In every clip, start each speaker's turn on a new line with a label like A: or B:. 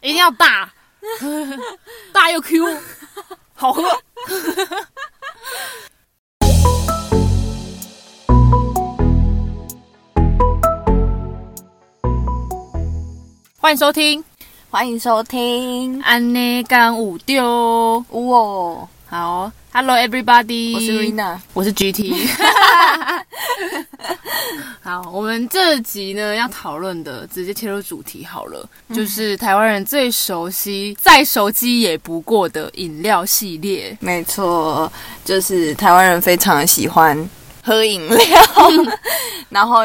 A: 一定要大， 大又 Q，好喝。欢迎收听《
B: 欢迎收听
A: 安内干五丢》。
B: 哇，我
A: 好，Hello 哦 everybody，
B: 是 Rina，
A: 我是 GT。好，我们这集呢要讨论的，直接切入主题好了，就是台湾人最熟悉、再熟悉也不过的饮料系列。
B: 没错，就是台湾人非常喜欢喝饮料， 然后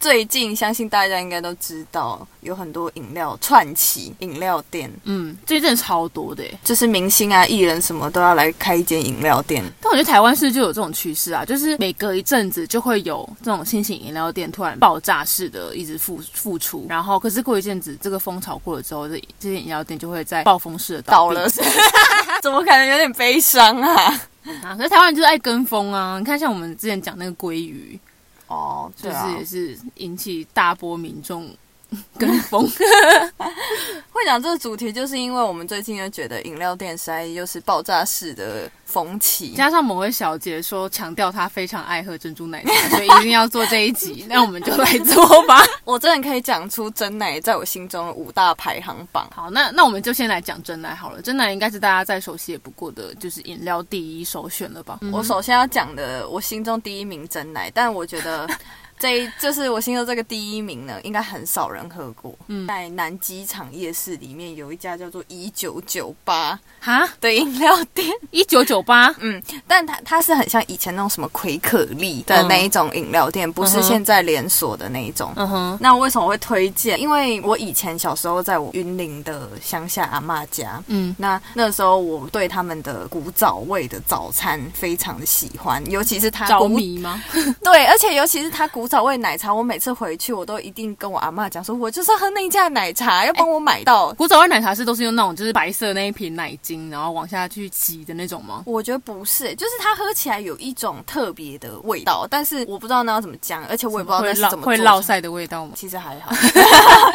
B: 最近相信大家应该都知道，有很多饮料串起饮料店，
A: 嗯，最近真的超多的耶，
B: 就是明星啊、艺人什么都要来开一间饮料店。
A: 但我觉得台湾是就有这种趋势啊，就是每隔一阵子就会有这种新型饮料店突然爆炸式的一直复复出，然后可是过一阵子这个风潮过了之后，这这些饮料店就会在暴风式的倒
B: 倒
A: 闭
B: 了， 怎么可能有点悲伤啊？
A: 啊，可是台湾人就是爱跟风啊！你看，像我们之前讲那个鲑鱼，
B: 哦，
A: 就
B: 对
A: 是
B: 啊，
A: 也是引起大波民 众跟风。
B: 会讲这个主题，就是因为我们最近就觉得饮料店实在又是爆炸式的风气，
A: 加上某位小姐说强调她非常爱喝珍珠奶茶， 所以一定要做这一 集，那我们就来做吧。
B: 我真的可以讲出真奶在我心中的五大排行榜。
A: 好，那那我们就先来讲真奶好了。真奶应该是大家再熟悉也不过的，就是饮料第一首选了吧？
B: 我首先要讲的，我心中第一名真奶，但我觉得这一就是我心中这个第一名呢，应该很少人喝过。
A: 嗯
B: 在南机场夜市里面有一家叫做一九九八
A: 哈，
B: 的饮料店，
A: 一九九 八，
B: 嗯，但它它是很像以前那种什么奎可丽的那一种饮料店，不
A: 嗯
B: 是
A: 哼
B: 现在连锁的那一种。
A: 嗯哼，
B: 那为什么会推荐？因为我以前小时候在我云林的乡下阿嬷家，
A: 嗯
B: 那那时候我对他们的古早味的早餐非常的喜欢，尤其是他
A: 着
B: 古
A: 迷吗？
B: 对，而且尤其是他古早味奶茶，我每次回去我都一定跟我阿妈讲说，我就是要喝那一家奶茶，要帮我买到。
A: 古早味奶茶是都是用那种就是白色那一瓶奶精，然后往下去挤的那种吗？
B: 我觉得不是，欸就是它喝起来有一种特别的味道，但是我不知道那要怎么讲，而且我也不知道那
A: 会
B: 是
A: 落
B: 怎么
A: 会
B: 做
A: 落
B: 出
A: 腮的味道吗？
B: 其实还好，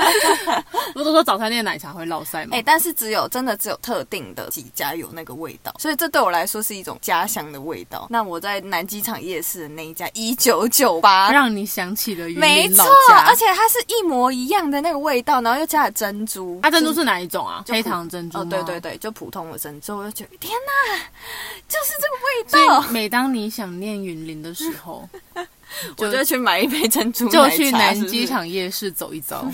A: 不是说早餐店奶茶会落腮吗？
B: 哎、但是只有真的只有特定的几家有那个味道，所以这对我来说是一种家乡的味道。那我在南机场夜市的那一家一九九八，
A: 让你想起了云
B: 没
A: 林
B: 错
A: 老，家。
B: 而且它是一模一样的那个味道，然后又加了珍珠。
A: 它珍珠
B: 就是
A: 哪一种啊？
B: 就
A: 黑糖珍珠
B: 哦，
A: 吗
B: 对对。对，就普通的珍珠，我就觉得天哪，就是这
A: 所
B: 个味道
A: 以。每当你想念云林的时候，
B: 我就去买一杯珍 珠
A: 就
B: 奶茶
A: 去南机。 场夜市走一 遭，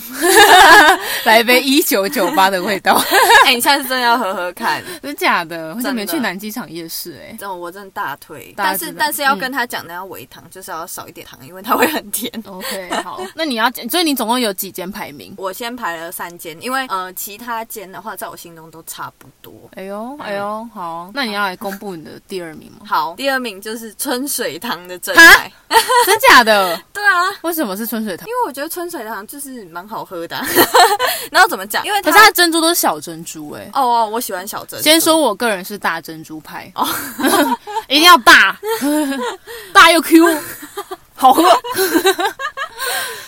A: 来一杯一九九八的味道，
B: 是不是哎、你下次真的要喝喝看，
A: 真假的？很久没
B: 真的
A: 去南机场夜市哎、
B: 这种我真的大推。
A: 大家
B: 但
A: 知
B: 是
A: 道
B: 但是要
A: 嗯
B: 跟他讲的要微糖，就是要少一点糖，因为它会很甜。
A: OK，好，那你要，所以你总共有几间排名？
B: 我先排了三间，因为呃，其他间的话，在我心中都差不多。？
A: 哎呦，哎呦，好，那你要来公布你的第二名吗
B: 好，第二名就是春水堂的真
A: 哈
B: 奶。
A: 真假的？
B: 对啊，
A: 为什么是春水堂？
B: 因为我觉得春水堂就是蛮好喝的啊、 然后怎么讲？因为
A: 可
B: 它
A: 是它的珍珠都是小珍珠哎、
B: 哦哦，我喜欢小珍珠。
A: 先说我个人是大珍珠派， 一定要 大，大又 Q，好喝。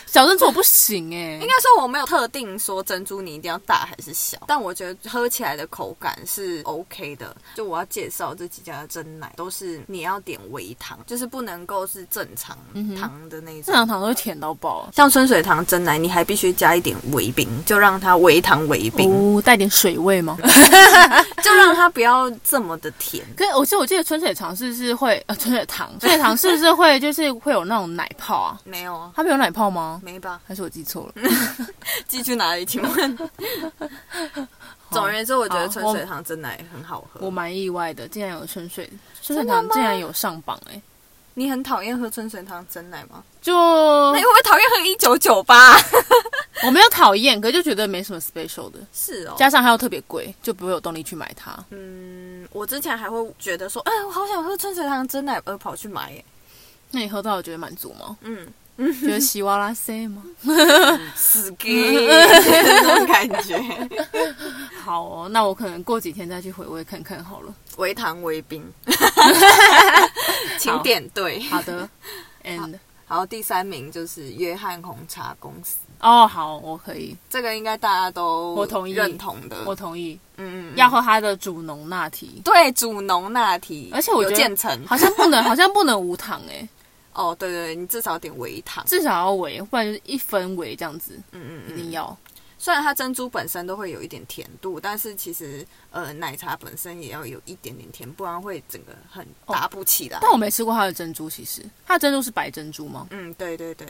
A: 小珍珠我不行哎、
B: 应该说我没有特定说珍珠你一定要大还是小，但我觉得喝起来的口感是 OK 的。就我要介绍这几家的真奶，都是你要点微糖，就是不能够是正常
A: 嗯
B: 糖的那种。
A: 正常糖都会甜到爆，
B: 像春水堂真奶，你还必须加一点微冰，就让它微糖微冰，
A: 哦，带点水味吗？
B: 就让它不要这么的甜。
A: 可是我记得我记得春水堂是不是会呃春水堂春水堂是不是会就是会有那种奶泡啊？
B: 没有啊，
A: 它没有奶泡吗？
B: 没吧？
A: 还是我记错了？
B: 寄去哪里？请 问？总而言之，我觉得春水堂真奶很好
A: 我
B: 喝。
A: 蛮意外的，竟然有春水春水
B: 真的
A: 堂
B: 吗
A: 竟然有上榜哎、
B: 你很讨厌喝春水堂真奶吗？
A: 就哦
B: 那你会不会讨厌喝一九九八？
A: 我没有讨厌，可是就觉得没什么 special 的，
B: 是哦。
A: 加上它又特别贵，就不会有动力去买它。
B: 嗯我之前还会觉得说，哎，我好想喝春水堂真奶，而跑去买耶。？
A: 那你喝到有觉得满足吗
B: 嗯，
A: 觉得喜哇啦啊塞吗？
B: 死 gay 那种感觉，
A: 好哦，那我可能过几天再去回味看看好 了。
B: 微糖微冰， 请点对。
A: 好的，and
B: 然后第三名就是约翰红茶公司，
A: 哦，好，我可以，
B: 这个应该大家都
A: 我同意
B: 认同的。
A: 我同意，
B: 嗯嗯，
A: 要喝它的主浓拿铁，
B: 对主浓纳提，
A: 而且我觉
B: 有
A: 得
B: 渐层。
A: 好像不能，好像不能无糖哎、
B: 哦，对对，对你至少点微糖。
A: 至少要微，不然就是一分微这样子，
B: 嗯嗯
A: 一
B: 嗯。
A: 定要。
B: 虽然它珍珠本身都会有一点甜度，但是其实呃奶茶本身也要有一点点甜，不然会整个很
A: 哦
B: 搭不起来。
A: 但我没吃过它的珍珠，其实它的珍珠是白珍珠吗？
B: 嗯，对对对。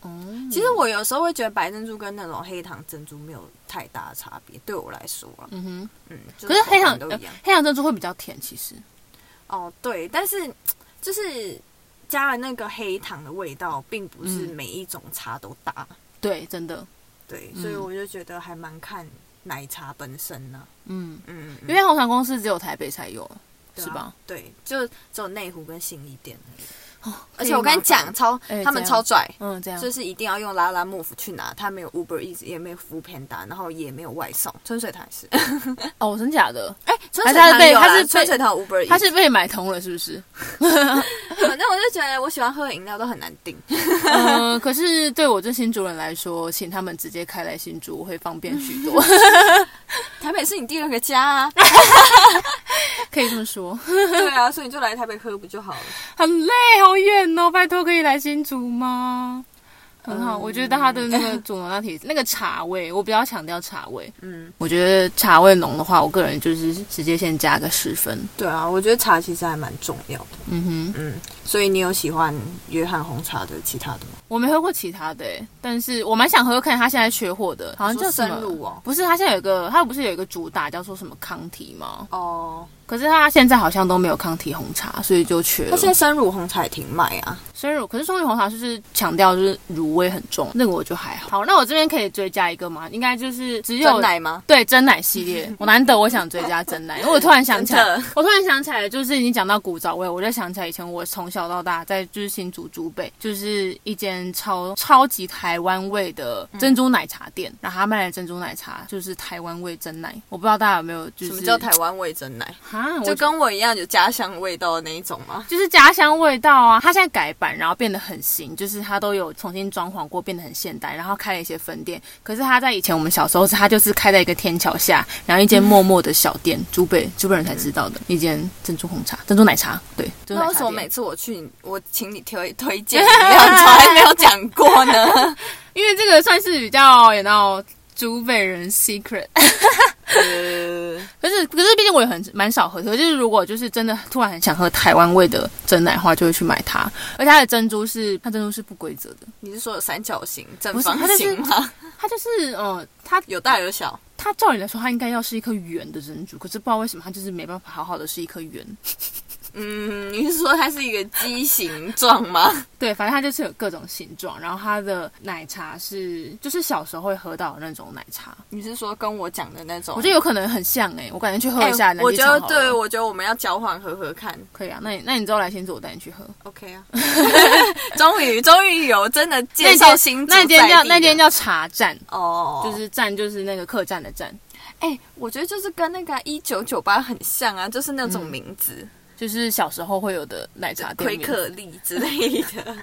A: 哦，
B: 其实我有时候会觉得白珍珠跟那种黑糖珍珠没有太大的差别，对我来说啊，
A: 嗯哼，
B: 嗯，就
A: 可是黑糖
B: 口感都
A: 呃
B: 一样。
A: 黑糖珍珠会比较甜，其实
B: 哦，对，但是就是加了那个黑糖的味道，并不是
A: 嗯
B: 每一种茶都搭，
A: 对，真的，
B: 对，
A: 嗯
B: 所以我就觉得还蛮看奶茶本身呢、
A: 嗯，
B: 嗯，
A: 因为红糖公司只有台北才有，
B: 对啊
A: 是吧？
B: 对，就只有内湖跟新一店而已，哦而
A: 可以
B: 且我跟你
A: 麻烦
B: 讲，，超
A: 哎
B: 他
A: 怎
B: 们
A: 样
B: 超拽。
A: 嗯，这样
B: 就是一定要用拉拉 move 去拿，他没有 Uber，一直也没有 Food Panda，然后也没有外送，春水堂也是。
A: 哦，真假的？
B: 哎、春
A: 还
B: 水
A: 是他是
B: 堂
A: 被
B: 有啦，
A: 他是被
B: 春水堂有 Uber，
A: 它是被买通了，是不 是？
B: 反正我就觉得我喜欢喝的饮料都很难订。
A: 嗯，可是对我这新主人来说，请他们直接开来新竹会方便许 多，
B: 台北是你第二个家啊，
A: 可以这么说。
B: 对啊，所以你就来台北喝不就好了？
A: 很累，好远哦，拜托可以来新竹吗？很好，
B: 嗯
A: 我觉得它的那个主浓拿铁那个茶味，我比较强调茶味。
B: 嗯，
A: 我觉得茶味浓的话，我个人就是直接先加个十分。
B: 对啊，我觉得茶其实还蛮重要的。
A: 嗯哼，
B: 嗯，所以你有喜欢约翰红茶的其他的吗？
A: 我没喝过其他的欸，但是我蛮想喝喝看它现在缺货的，好像叫什
B: 你说
A: 么
B: 生？乳哦。
A: 不是，它现在有一个，它不是有一个主打叫做什么康体吗？
B: 哦，
A: 可是它现在好像都没有康体红茶，所以就缺了。
B: 那现在生乳红茶也挺卖啊。
A: 生乳，可是松乳红茶就是强调就是乳味很重，那个我就还好。好，那我这边可以追加一个吗？应该就是只有
B: 真 奶吗？
A: 对真奶系列，我难得我想追加真奶，因为我突然想起来
B: 真的，
A: 我突然想起来，就是你讲到古早味，我就想起来以前我从小到大在就是新竹竹北，就是一间超超级台湾味的
B: 嗯
A: 珍珠奶茶店，然后他卖的珍珠奶茶就是台湾味真奶，我不知道大家有没有就是
B: 什么叫台湾味真奶？
A: 哈，
B: 就
A: 我
B: 跟我一样有家乡味道的那一种吗？
A: 就是家乡味道啊，它现在改版，然后变得很新，就是它都有重新装潢过，变得很现代，然后开了一些分店。可是它在以前我们小时候是，它就是开在一个天桥下，然后一间默默的小店，竹北竹北人才知道的一间珍珠红茶、珍珠奶茶，对，珍珠
B: 那
A: 奶
B: 为什
A: 茶
B: 么
A: 店
B: 每。次我去，我请你推推 荐，你从来没有讲过呢？
A: 因为这个算是比较，然后竹北人 secret。
B: 呃
A: 可是可是，毕竟我也很蛮少喝，可是如果就是真的突然很想喝台湾味的真奶的话，就会去买它。而且它的珍珠是它珍珠是不规则的，
B: 你是说有三角形、正
A: 不是
B: 方
A: 它就是
B: 形吗？
A: 它就是嗯、呃它
B: 有大有小。
A: 它照理来说，它应该要是一颗圆的珍珠，可是不知道为什么它就是没办法好好的是一颗圆。
B: 嗯，你是说它是一个畸形状吗？
A: 对，反正它就是有各种形状，然后它的奶茶是就是小时候会喝到的那种奶茶，
B: 你是说跟我讲的那种？
A: 我觉得有可能很像哎、我感觉去喝
B: 哎
A: 一下、
B: 我觉得对，
A: 对，
B: 我觉得我们要交换喝喝看。
A: 可以啊。那你那你之后来新竹，我带你去喝。
B: OK 啊，终于终于有真的介绍新
A: 那
B: 竹
A: 间
B: 在
A: 叫
B: 地
A: 那间
B: 的
A: 叫茶站，
B: 哦，
A: 就是站就是那个客栈的站，
B: 哎、我觉得就是跟那个啊一九九八很像啊，就是那种名字，
A: 就是小时候会有的奶茶店
B: 奎
A: 名。
B: 克力之类 的，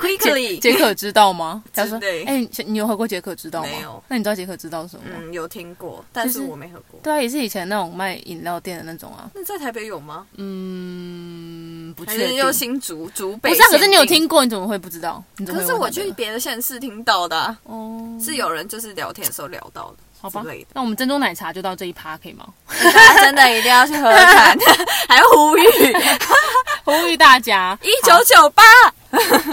B: 奎克
A: 杰
B: 力。
A: 杰可知道吗？他说：“
B: 对
A: 哎、你你有喝过杰可知道吗？
B: 没有
A: 那你知道杰可知道是什么吗？
B: 嗯，有听过，但是
A: 就是
B: 我没喝过。
A: 对啊，也是以前那种卖饮料店的那种啊。
B: 那在台北有吗？
A: 嗯，不
B: 还
A: 确
B: 是
A: 定。
B: 又新竹竹北？
A: 不是啊，可是你有？听过，你怎么会不知道？你怎么
B: 可
A: 会
B: 是我
A: 问他
B: 去
A: 的
B: 别的县市听到的、啊，
A: 哦，
B: 是有人就是聊天的时候聊到的。
A: 好吧
B: 之类的。
A: 那我们珍珠奶茶就到这一趴可以吗？
B: 大家真的一定要去喝喝看，还呼吁
A: 呼吁大家，
B: 一九九八。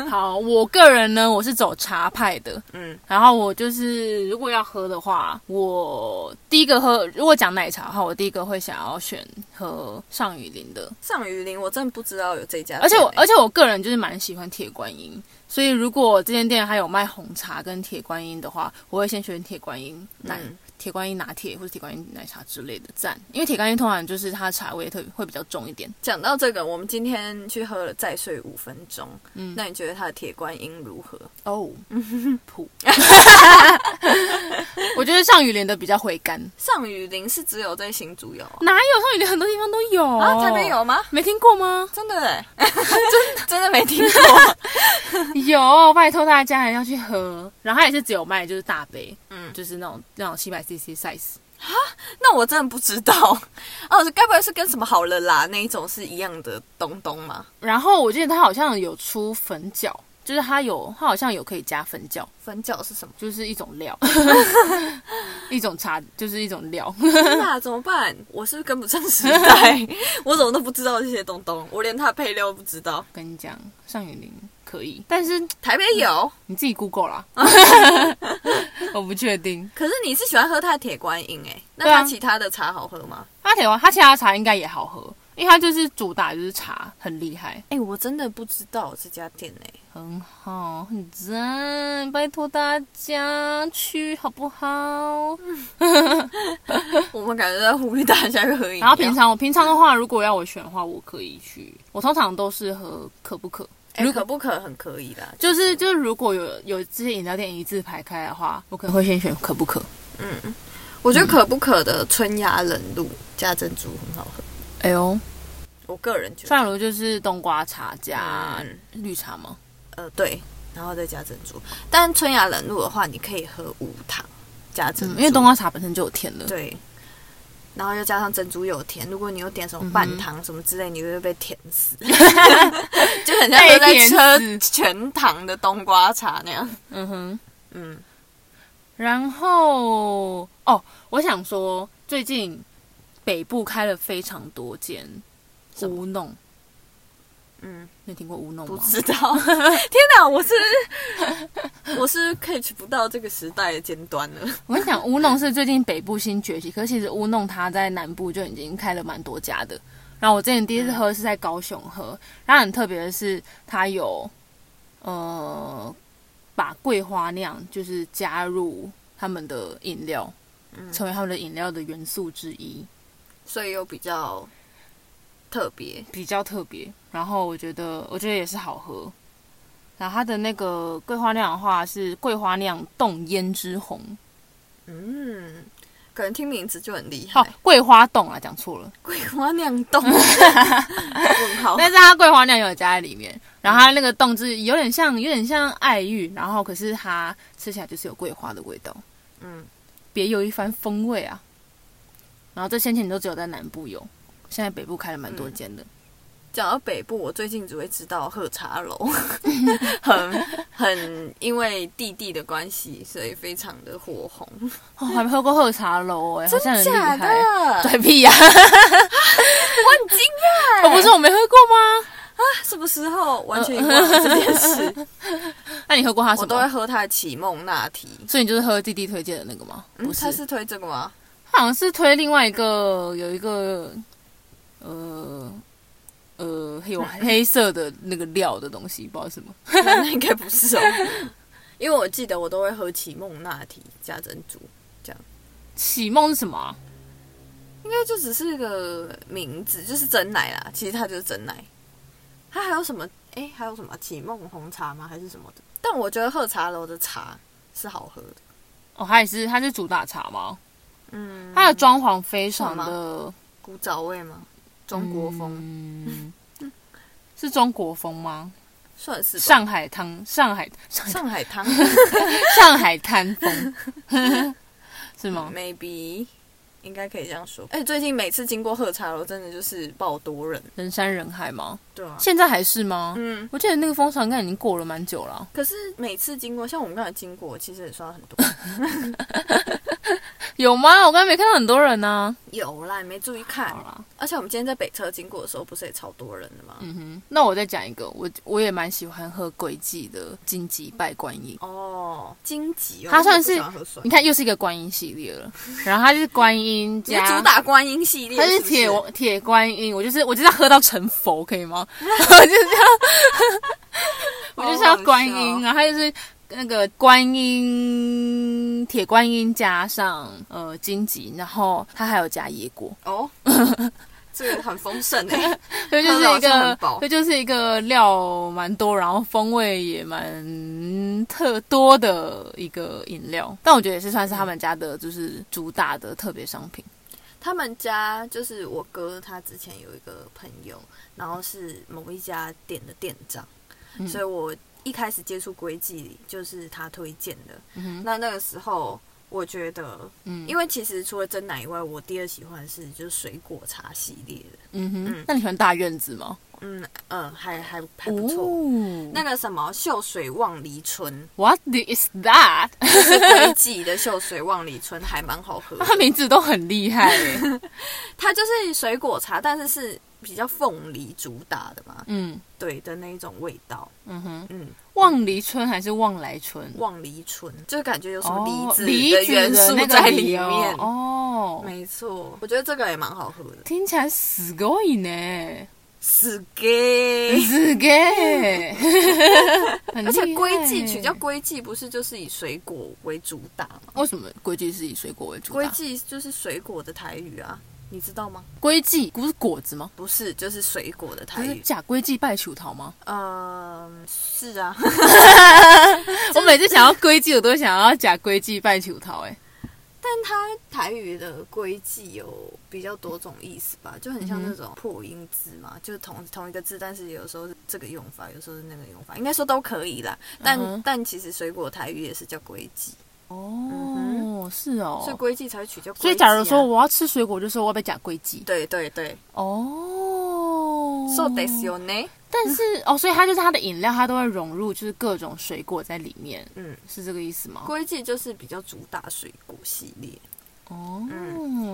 A: 好，我个人呢，我是走茶派的，
B: 嗯，
A: 然后我就是如果要喝的话，我第一个喝，如果讲奶茶的话，我第一个会想要选喝上雨林的，
B: 上雨林我真的不知道有这家店欸、
A: 而且我而且我个人就是蛮喜欢铁观音，所以如果这间店还有卖红茶跟铁观音的话，我会先选铁观音奶。
B: 嗯
A: 铁观音拿铁或者铁观音奶茶之类的，赞。因为铁观音通常就是它茶味特会比较重一点。
B: 讲到这个，我们今天去喝了再睡五分钟，嗯，那你觉得它的铁观音如何？
A: 哦， 普。 我觉得上雨林的比较回甘，
B: 上雨林是只有在新竹有啊，
A: 哪有上雨林很多地方都有
B: 啊台北，有吗？
A: 没听过 吗？
B: 真的哎，真真的没听过。
A: 有，拜托大家要去喝。然后它也是只有卖就是大杯，
B: 嗯
A: 嗯，就是那种那种七百 CC size。
B: 那我真的不知道 哦，该不会是跟什么好了啦那一种是一样的东东吗？
A: 然后我记得它好像有出粉饺，就是它有它好像有可以加粉饺，
B: 粉饺是什 么？
A: 就是一种料，一种茶，就是一种料。
B: 天哪，啊怎么办？我是不是跟不上时 代？我怎么都不知道这些东东，我连它的配料都不知道。
A: 跟你讲，上雨林可以，但是
B: 台北有，
A: 你自己 Google 啦，我不确定。
B: 可是你是喜欢喝它的铁观音哎，那
A: 对啊
B: 它其他的茶好喝吗？
A: 阿铁王他其他茶应该也好喝，因为它就是主打就是茶，很厉害，
B: 哎、我真的不知道这家店哎、
A: 很好，很赞，拜托大家去好不好？
B: 我们感觉在呼吁大家去喝饮料。
A: 然后平常我平常的话，如果要我选的话，我可以去，我通常都是喝可不可。
B: 哎、
A: 如果
B: 可不可很可以啦，
A: 就是就是，如果有有这些饮料店一字排开的话，我可能会先选可不可。
B: 我觉得可不可的春芽冷露加珍珠很好喝，
A: 哎呦，
B: 我个人觉得。
A: 蒜乳就是冬瓜茶加
B: 嗯
A: 绿茶吗？
B: 呃，对，然后再加珍珠。但春芽冷露的话，你可以喝无糖加珍
A: 嗯
B: 珠，，
A: 因为冬瓜茶本身就有甜的。
B: 对，然后又加上珍珠又有甜。如果你又点什么
A: 嗯
B: 半糖什么之类，你就会被甜 死，就很像喝
A: 被
B: 在
A: 甜
B: 喝
A: 死
B: 全糖的冬瓜茶那样。
A: 嗯哼。
B: 嗯，
A: 然后哦，我想说，最近北部开了非常多间
B: 什么
A: 乌弄，
B: 嗯，
A: 你有听过乌弄
B: 不
A: 吗？
B: 知道。天哪，我是我是 catch 不到这个时代的尖端了。
A: 我跟你讲，乌弄是最近北部新崛起，可是其实乌弄它在南部就已经开了蛮多家的。然后我之前第一次喝是在高雄喝，然后很特别的是，它有呃把桂花酿就是加入他们的饮料，
B: 嗯
A: 成为他们的饮料的元素之一。
B: 所以又比较特别。
A: 比较特别，然后我觉得我觉得也是好喝。然后它的那个桂花酿的话是桂花酿冻胭脂红
B: 嗯，可能听名字就很厉害。
A: 哦，桂花冻啊，讲错了。
B: 桂花酿冻，问号。
A: 但是它桂花酿有加在里面，然后它那个冻是有点像有点像爱玉，然后可是它吃起来就是有桂花的味道，
B: 嗯，
A: 别有一番风味啊。然后这先前都只有在南部有，现在北部开了蛮多
B: 嗯
A: 间的。
B: 讲到北部，我最近只会知道喝茶楼， 很很因为弟弟的关系，所以非常的火红，
A: 哦，还没喝过喝茶楼哎、好像很厉
B: 假
A: 害。
B: 的？
A: 对屁 呀、
B: 我很惊讶，
A: 我
B: 欸
A: 不是我没喝过吗？
B: 什么时候完全遗忘了这件 事？
A: 那你喝过它啊什
B: 我
A: 么？
B: 都会喝他的启梦拿提。
A: 所以你就是喝弟弟推荐的那个吗？
B: 嗯
A: 不，是，
B: 他是推这个吗？
A: 他好像是推另外一个有一个呃呃黑有黑色的那个料的东西，不知道是什么。
B: 那应该不是 哦，因为我记得我都会喝启梦拿提加珍珠，
A: 启梦是什么、啊？
B: 应该就只是个名字，就是真奶啦。其实它就是真奶。它还有什么？哎、还有什么启梦红茶吗？还是什么的？但我觉得喝茶楼的茶是好喝的。
A: 哦，它也是，它是主打茶吗？
B: 嗯，
A: 它的装潢非常
B: 是
A: 的
B: 古早味吗？中国风、
A: 嗯，是中国风吗？
B: 算是吧
A: 上海滩，上海上海
B: 上海汤
A: 上海滩风 是 吗？
B: ，maybe 应该可以这样说。哎、最近每次经过喝茶楼，真的就是爆多人。
A: 人山人海吗？
B: 对啊，
A: 现在还是吗？
B: 嗯。
A: 我记得那个风潮应该已经过了蛮久了啊、
B: 可是每次经过，像我们刚才经过，其实也 刷很多。
A: 有吗？我刚才没看到很多人啊呢、
B: 有啦，没注意看
A: 好。啦，
B: 而且我们今天在北车经过的时候，不是也超多人的吗？
A: 嗯哼，那我再讲一个，我我也蛮喜欢喝鬼记的金桔拜观音。
B: 哦，荆棘哦，
A: 它算是
B: 我不喜欢喝水
A: 你看，又是一个观音系列 了。然后它是观音
B: 你是主
A: 加，
B: 打观音系列，
A: 它是
B: 不
A: 铁铁观音。我就是我就是要喝到成佛，可以吗？ 我就是要，我
B: 啊
A: 就是要观音啊。它就是那个观音跟铁观音加上呃荆棘，然后它还有加椰果，
B: 哦， 这个很丰盛哎、
A: 所以就是一
B: 喝了好像很
A: 个
B: 饱，
A: 所以就是一个料蛮多，然后风味也蛮特多的一个饮料。但我觉得也是算是他们家的，就是主打的特别商品。
B: 他们家就是我哥，他之前有一个朋友，然后是某一家店的店长，
A: 嗯
B: 所以我一开始接触龟记就是他推荐的。
A: 嗯哼
B: 那那个时候，我觉得，
A: 嗯
B: 因为其实除了真奶以外，我第二喜欢的是就是水果茶系列的，
A: 嗯哼
B: 嗯，
A: 那你喜欢大院子吗？
B: 嗯嗯，还还还不错。那
A: 那
B: 个什么秀水望离春，
A: What is that？
B: 就是龟记的秀水望离春，还蛮好喝的。
A: 它名字都很厉害欸。
B: 它就是水果茶，但是是比较凤梨主打的嘛，
A: 嗯
B: 对的那一种味道。
A: 嗯哼，
B: 嗯，
A: 望离春还是望来春？
B: 望梨醇，就是感觉有什么
A: 哦，
B: 子
A: 梨
B: 的
A: 子
B: 元
A: 的
B: 素
A: 那个
B: 在里
A: 梨哦
B: 面。
A: 哦。
B: 没错，我觉得这个也蛮好喝的。
A: 听起来すごいね，
B: 死 gay，
A: すげ え，很厉害
B: 而且龟记取叫龟记，不是就是以水果为主打吗？
A: 为什么龟记是以水果为主打？
B: 龟记就是水果的台语啊，你知道吗？
A: 龟记不是果子吗？哎
B: 不是，就是水果的
A: 不
B: 台
A: 是
B: 语。
A: 假龟记拜求桃吗？
B: 嗯，是啊，
A: 我每次想要龟记，我都想要假龟记拜求桃、哎，
B: 但它台语的龟记有比较多种意思吧，就很像那种破音字嘛，就是同同一个字，但是有时候是这个用法，有时候是那个用法，应该说都可以啦。但、
A: 嗯哼
B: 但其实水果台语也是叫龟记，
A: 哦，是哦，
B: 所以龟记才会取叫龟记、啊。
A: 所以，假如说我要吃水果，就说我要被假龟记。
B: 对对对
A: 哦，
B: ，so this your name，
A: 但是哦，所以它就是它的饮料，它都会融入就是各种水果在里面，
B: 嗯，
A: 是这个意思吗？
B: 龟记就是比较主打水果系列。
A: 哦，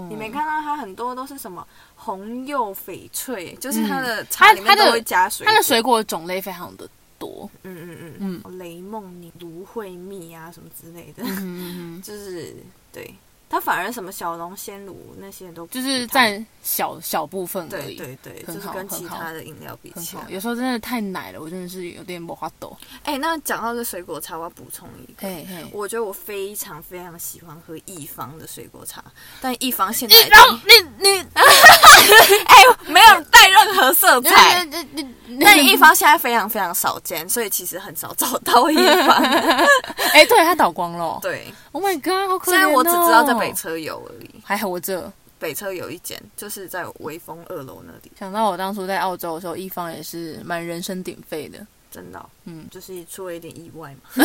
B: 你没看到它很多都是什么红柚翡翠，就是它的
A: 它
B: 茶里面
A: 嗯它的
B: 都会加水果，
A: 它的水果种类非常的多，
B: 嗯嗯嗯
A: 嗯
B: 嗯，雷梦你芦荟蜜啊什么之类的，
A: 嗯，
B: 就是对，它反而什么小龙鲜乳那些都
A: 就是
B: 不太
A: 占小小部分而
B: 对
A: 已。
B: 对对，
A: 很
B: 就是
A: 好
B: 跟
A: 很
B: 其
A: 好
B: 他的饮料比
A: 很
B: 起啊
A: 好，
B: 来。
A: 有时候真的太奶了，我真的是有点没法抖。
B: 哎、那讲到这水果茶，我要补充一个。
A: 嘿嘿，
B: 我觉得我非常非常喜欢喝一方的水果茶，但一方现在已经哎
A: 然后你你
B: 没有带任何色彩。
A: 你你你
B: 但一方现在非常非常少见，所以其实很少找到一方。
A: 哎，对，它倒光了。
B: 对，
A: Oh my god，好可
B: 虽
A: 怜哦。
B: 然我只知道在北车有而已。
A: 还好我这
B: 北车有一间，就是在微风二楼那里，
A: 想到我当初在澳洲的时候，一方也是蛮人声鼎沸的。
B: 真的哦、
A: 嗯
B: 就是出了一点意外 嘛。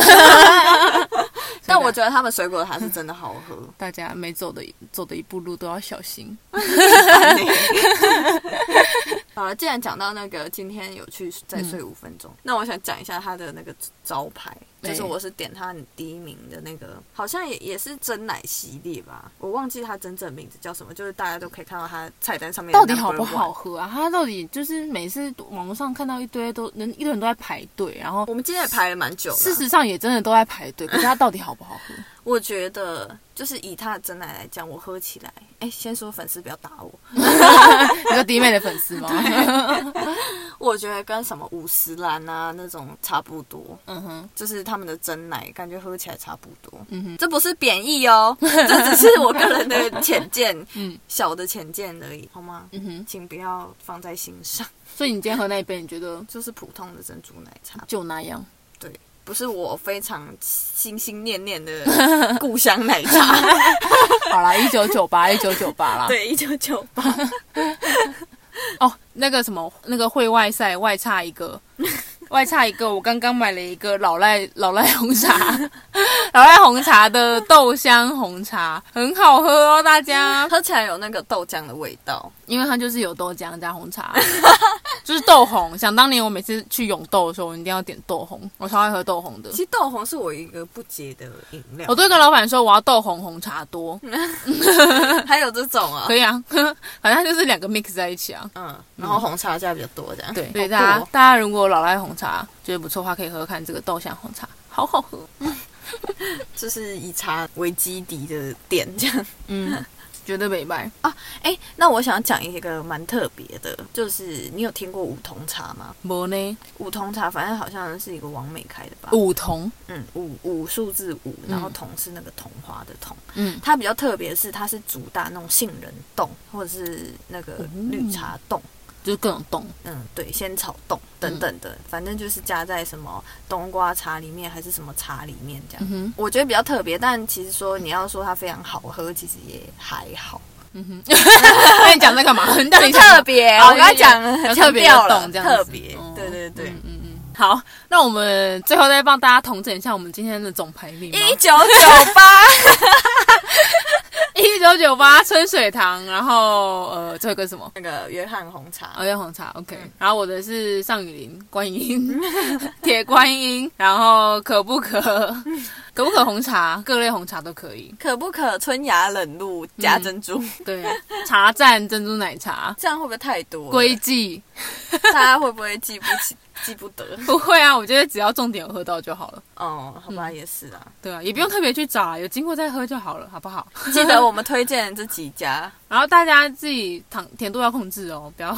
B: 但我觉得他们水果茶是真的好 喝，
A: 大家每走的走的一步路都要小心。
B: 好了，既然讲到那个今天有去再睡五分钟，嗯那我想讲一下它的那个招牌，
A: 对
B: 就是我是点它很第一名的那个，好像也也是真奶系列吧，我忘记它真正名字叫什么，就是大家都可以看到它菜单上面的
A: 到底好
B: number
A: 不
B: one
A: 好。喝啊？它到底就是每次网络上看到一堆都人，一堆人都在排队，然后
B: 我们今天也排了蛮久的啊，
A: 事实上也真的都在排队，可是它到底好不好喝？
B: 我觉得就是以它的真奶来讲，我喝起来，哎，先说粉丝不要打我，
A: 你说弟妹的粉丝吗？
B: 我觉得跟什么五十兰啊那种差不多，
A: 嗯哼，
B: 就是他们的真奶，感觉喝起来差不多。
A: 嗯哼，
B: 这不是贬义 哦，这只是我个人的浅 见，
A: 嗯
B: 小的浅见而已，好吗？
A: 嗯哼。
B: 请不要放在心上，
A: 所以你今天喝那一杯，你觉得
B: 就是普通的珍珠奶茶，
A: 就那样？
B: 不是我非常心心念念 的故乡奶 茶。
A: 好啦，一九九八，一九九八啦。
B: 对，一九九八，
A: 哦，那个什么，那个会外赛外差一个，外差一个。我刚刚买了一个老赖老赖红茶， 老赖红茶的豆香红茶，很好喝哦，大家。
B: 喝起来有那个豆浆的味道。
A: 因为它就是有豆浆加红茶，就是豆红。想当年我每次去永豆的时候，我一定要点豆红，我超爱喝豆红的
B: 其。实豆红是我一个不解的饮料
A: 我，都会跟老板说我要豆红红茶多，
B: 还有这种啊
A: 可，以啊， 好像就是两个 mix 在一起啊。
B: 嗯，然后红茶加比较多这样。
A: 对，
B: 好
A: 所以
B: 酷
A: 大家、
B: 哦
A: 大家如果老赖红茶觉得不错的话，可以喝喝看这个豆香红茶，好好喝。
B: 就是以茶为基底的店这样。
A: 嗯， 绝对没卖。
B: 哎，那我想讲一个蛮特别的，就是你有听过梧桐茶吗？
A: 无呢，
B: 梧桐茶反正好像是一个王美开的吧？
A: 梧桐，
B: 嗯，五五数字五，然后桐是那个桐花的桐。
A: 嗯，
B: 它比较特别是，它是主打那种杏仁冻或者是那
A: 哦
B: 个绿茶冻，
A: 就是各种冻，
B: 嗯，对，仙草冻等等的，反正就是加在什么冬瓜茶里面还是什么茶里面这样。
A: 嗯哼，
B: 我觉得比较特别，但其实说你要说它非常好喝，其实也还好。
A: 嗯哼，那你讲在干 嘛？你到底
B: 很
A: 讲
B: 特别，
A: 哦
B: 我刚才讲了，
A: 有
B: 强
A: 特别
B: 调
A: 的
B: 了
A: 洞这样子
B: 特别
A: 哦，
B: 对对对，
A: 嗯嗯。好，那我们最后再帮大家统整一下我们今天的总排名吧。
B: 一九 九八，
A: 一九九八春水堂，然后呃，这个什么？
B: 那个约翰红茶
A: 熬，哦夜红茶，OK。然
B: 嗯
A: 后我的是尚雨林观音， 铁观音，然后可不 可可不可红茶，各类红茶都可以。
B: 可不可春芽冷露加
A: 嗯
B: 珍珠？
A: 对，茶站珍珠奶茶，
B: 这样会不会太多了？
A: 归记
B: 大家会不会记不起、记不得？
A: 不会啊，我觉得只要重点有喝到就好了。
B: 哦，好吧，也是啊。
A: 对啊，也不用特别去找啊，有经过再喝就好了，好不好？
B: 记得我们推荐这几家，
A: 然后大家自己糖甜度要控制哦，不要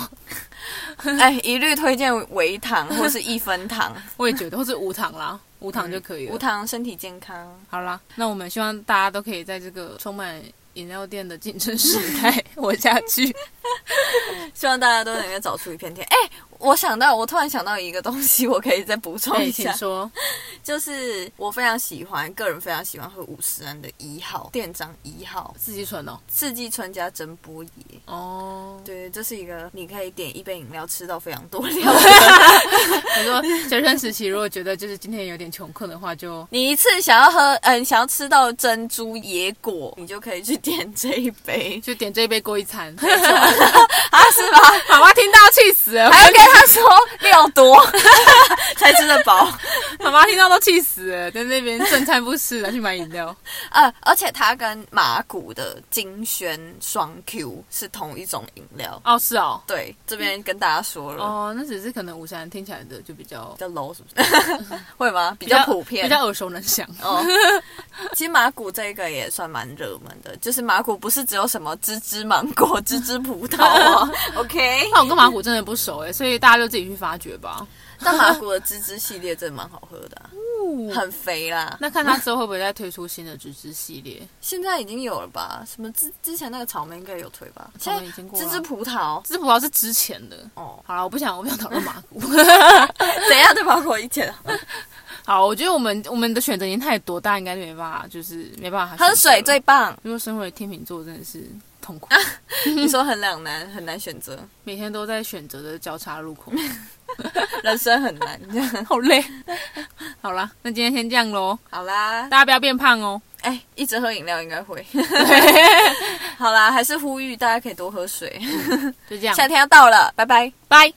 B: 哎，一律推荐微糖或是一分糖，
A: 我也觉得，或是无糖啦，无糖就可以了。
B: 嗯无糖身体健康。
A: 好啦，那我们希望大家都可以在这个充满饮料店的竞争时代 活下去。
B: 希望大家都能够找出一片天。哎，我想到，我突然想到一个东西，我可以再补充
A: 哎
B: 一
A: 请
B: 下。
A: 说，
B: 就是我非常喜欢，个人非常喜欢喝五十安的一号店长一号
A: 自己蠢哦。
B: 四季春加蒸波野。
A: 哦，
B: 对，这是一个你可以点一杯饮料吃到非常多 料。
A: 你说学生时期如果觉得就是今天有点穷困的话，就
B: 你一次想要喝，嗯、你想要吃到珍珠野果，你就可以去点这一 杯
A: 就点这一杯过一餐。
B: 啊，是哎吧？
A: 好吧，听到气死了，
B: 还要跟他说料多 才吃得饱
A: 妈妈听到都气死了，在那边正餐不吃，拿去买饮料。
B: 啊！而且它跟马古的金萱双 Q 是同一种饮料。
A: 哦，是哦，
B: 对，这边跟大家说了。
A: 哦，那只是可能武山听起来的就比较
B: 比较 low 是不是？ 会吗？比较普遍。
A: 比较耳熟能详。
B: 哦，其实麻古这个也算蛮热门的，就是麻古不是只有什么芝芝芒果、芝芝葡 萄啊，OK？
A: 那我跟马古真的不熟哎，所以大家就自己去发掘吧。
B: 但麻古的芝芝系列真的蛮好喝的啊、
A: 嗯
B: 很肥啦。
A: 那看他之后会不会再推出新的芝芝系列？
B: 现在已经有了吧？什么之之前那个草莓应该有推吧？
A: 草
B: 现
A: 莓
B: 在
A: 已经过了啊
B: 芝芝葡萄
A: 芝葡萄是之前的。
B: 哦，
A: 好了，我不想，我不想讨论马古。
B: 怎样对 芒果一见？
A: 好，我觉得我们我们的选择已经太多，大家应该没办法，就是没办法选择
B: 喝水最棒。
A: 因为身为天秤座真的是痛苦，
B: 你说很两难，很难选 择，
A: 每天都在选择的交叉路口，
B: 人生很难。这样
A: 好累。 好啦，那今天先这样喽，
B: 好啦，
A: 大家不要变胖哦。
B: 哎、一直喝饮料应该 会。好啦，还是呼吁大家可以多喝水。
A: 就这样，
B: 夏天要到了，拜拜。
A: 拜。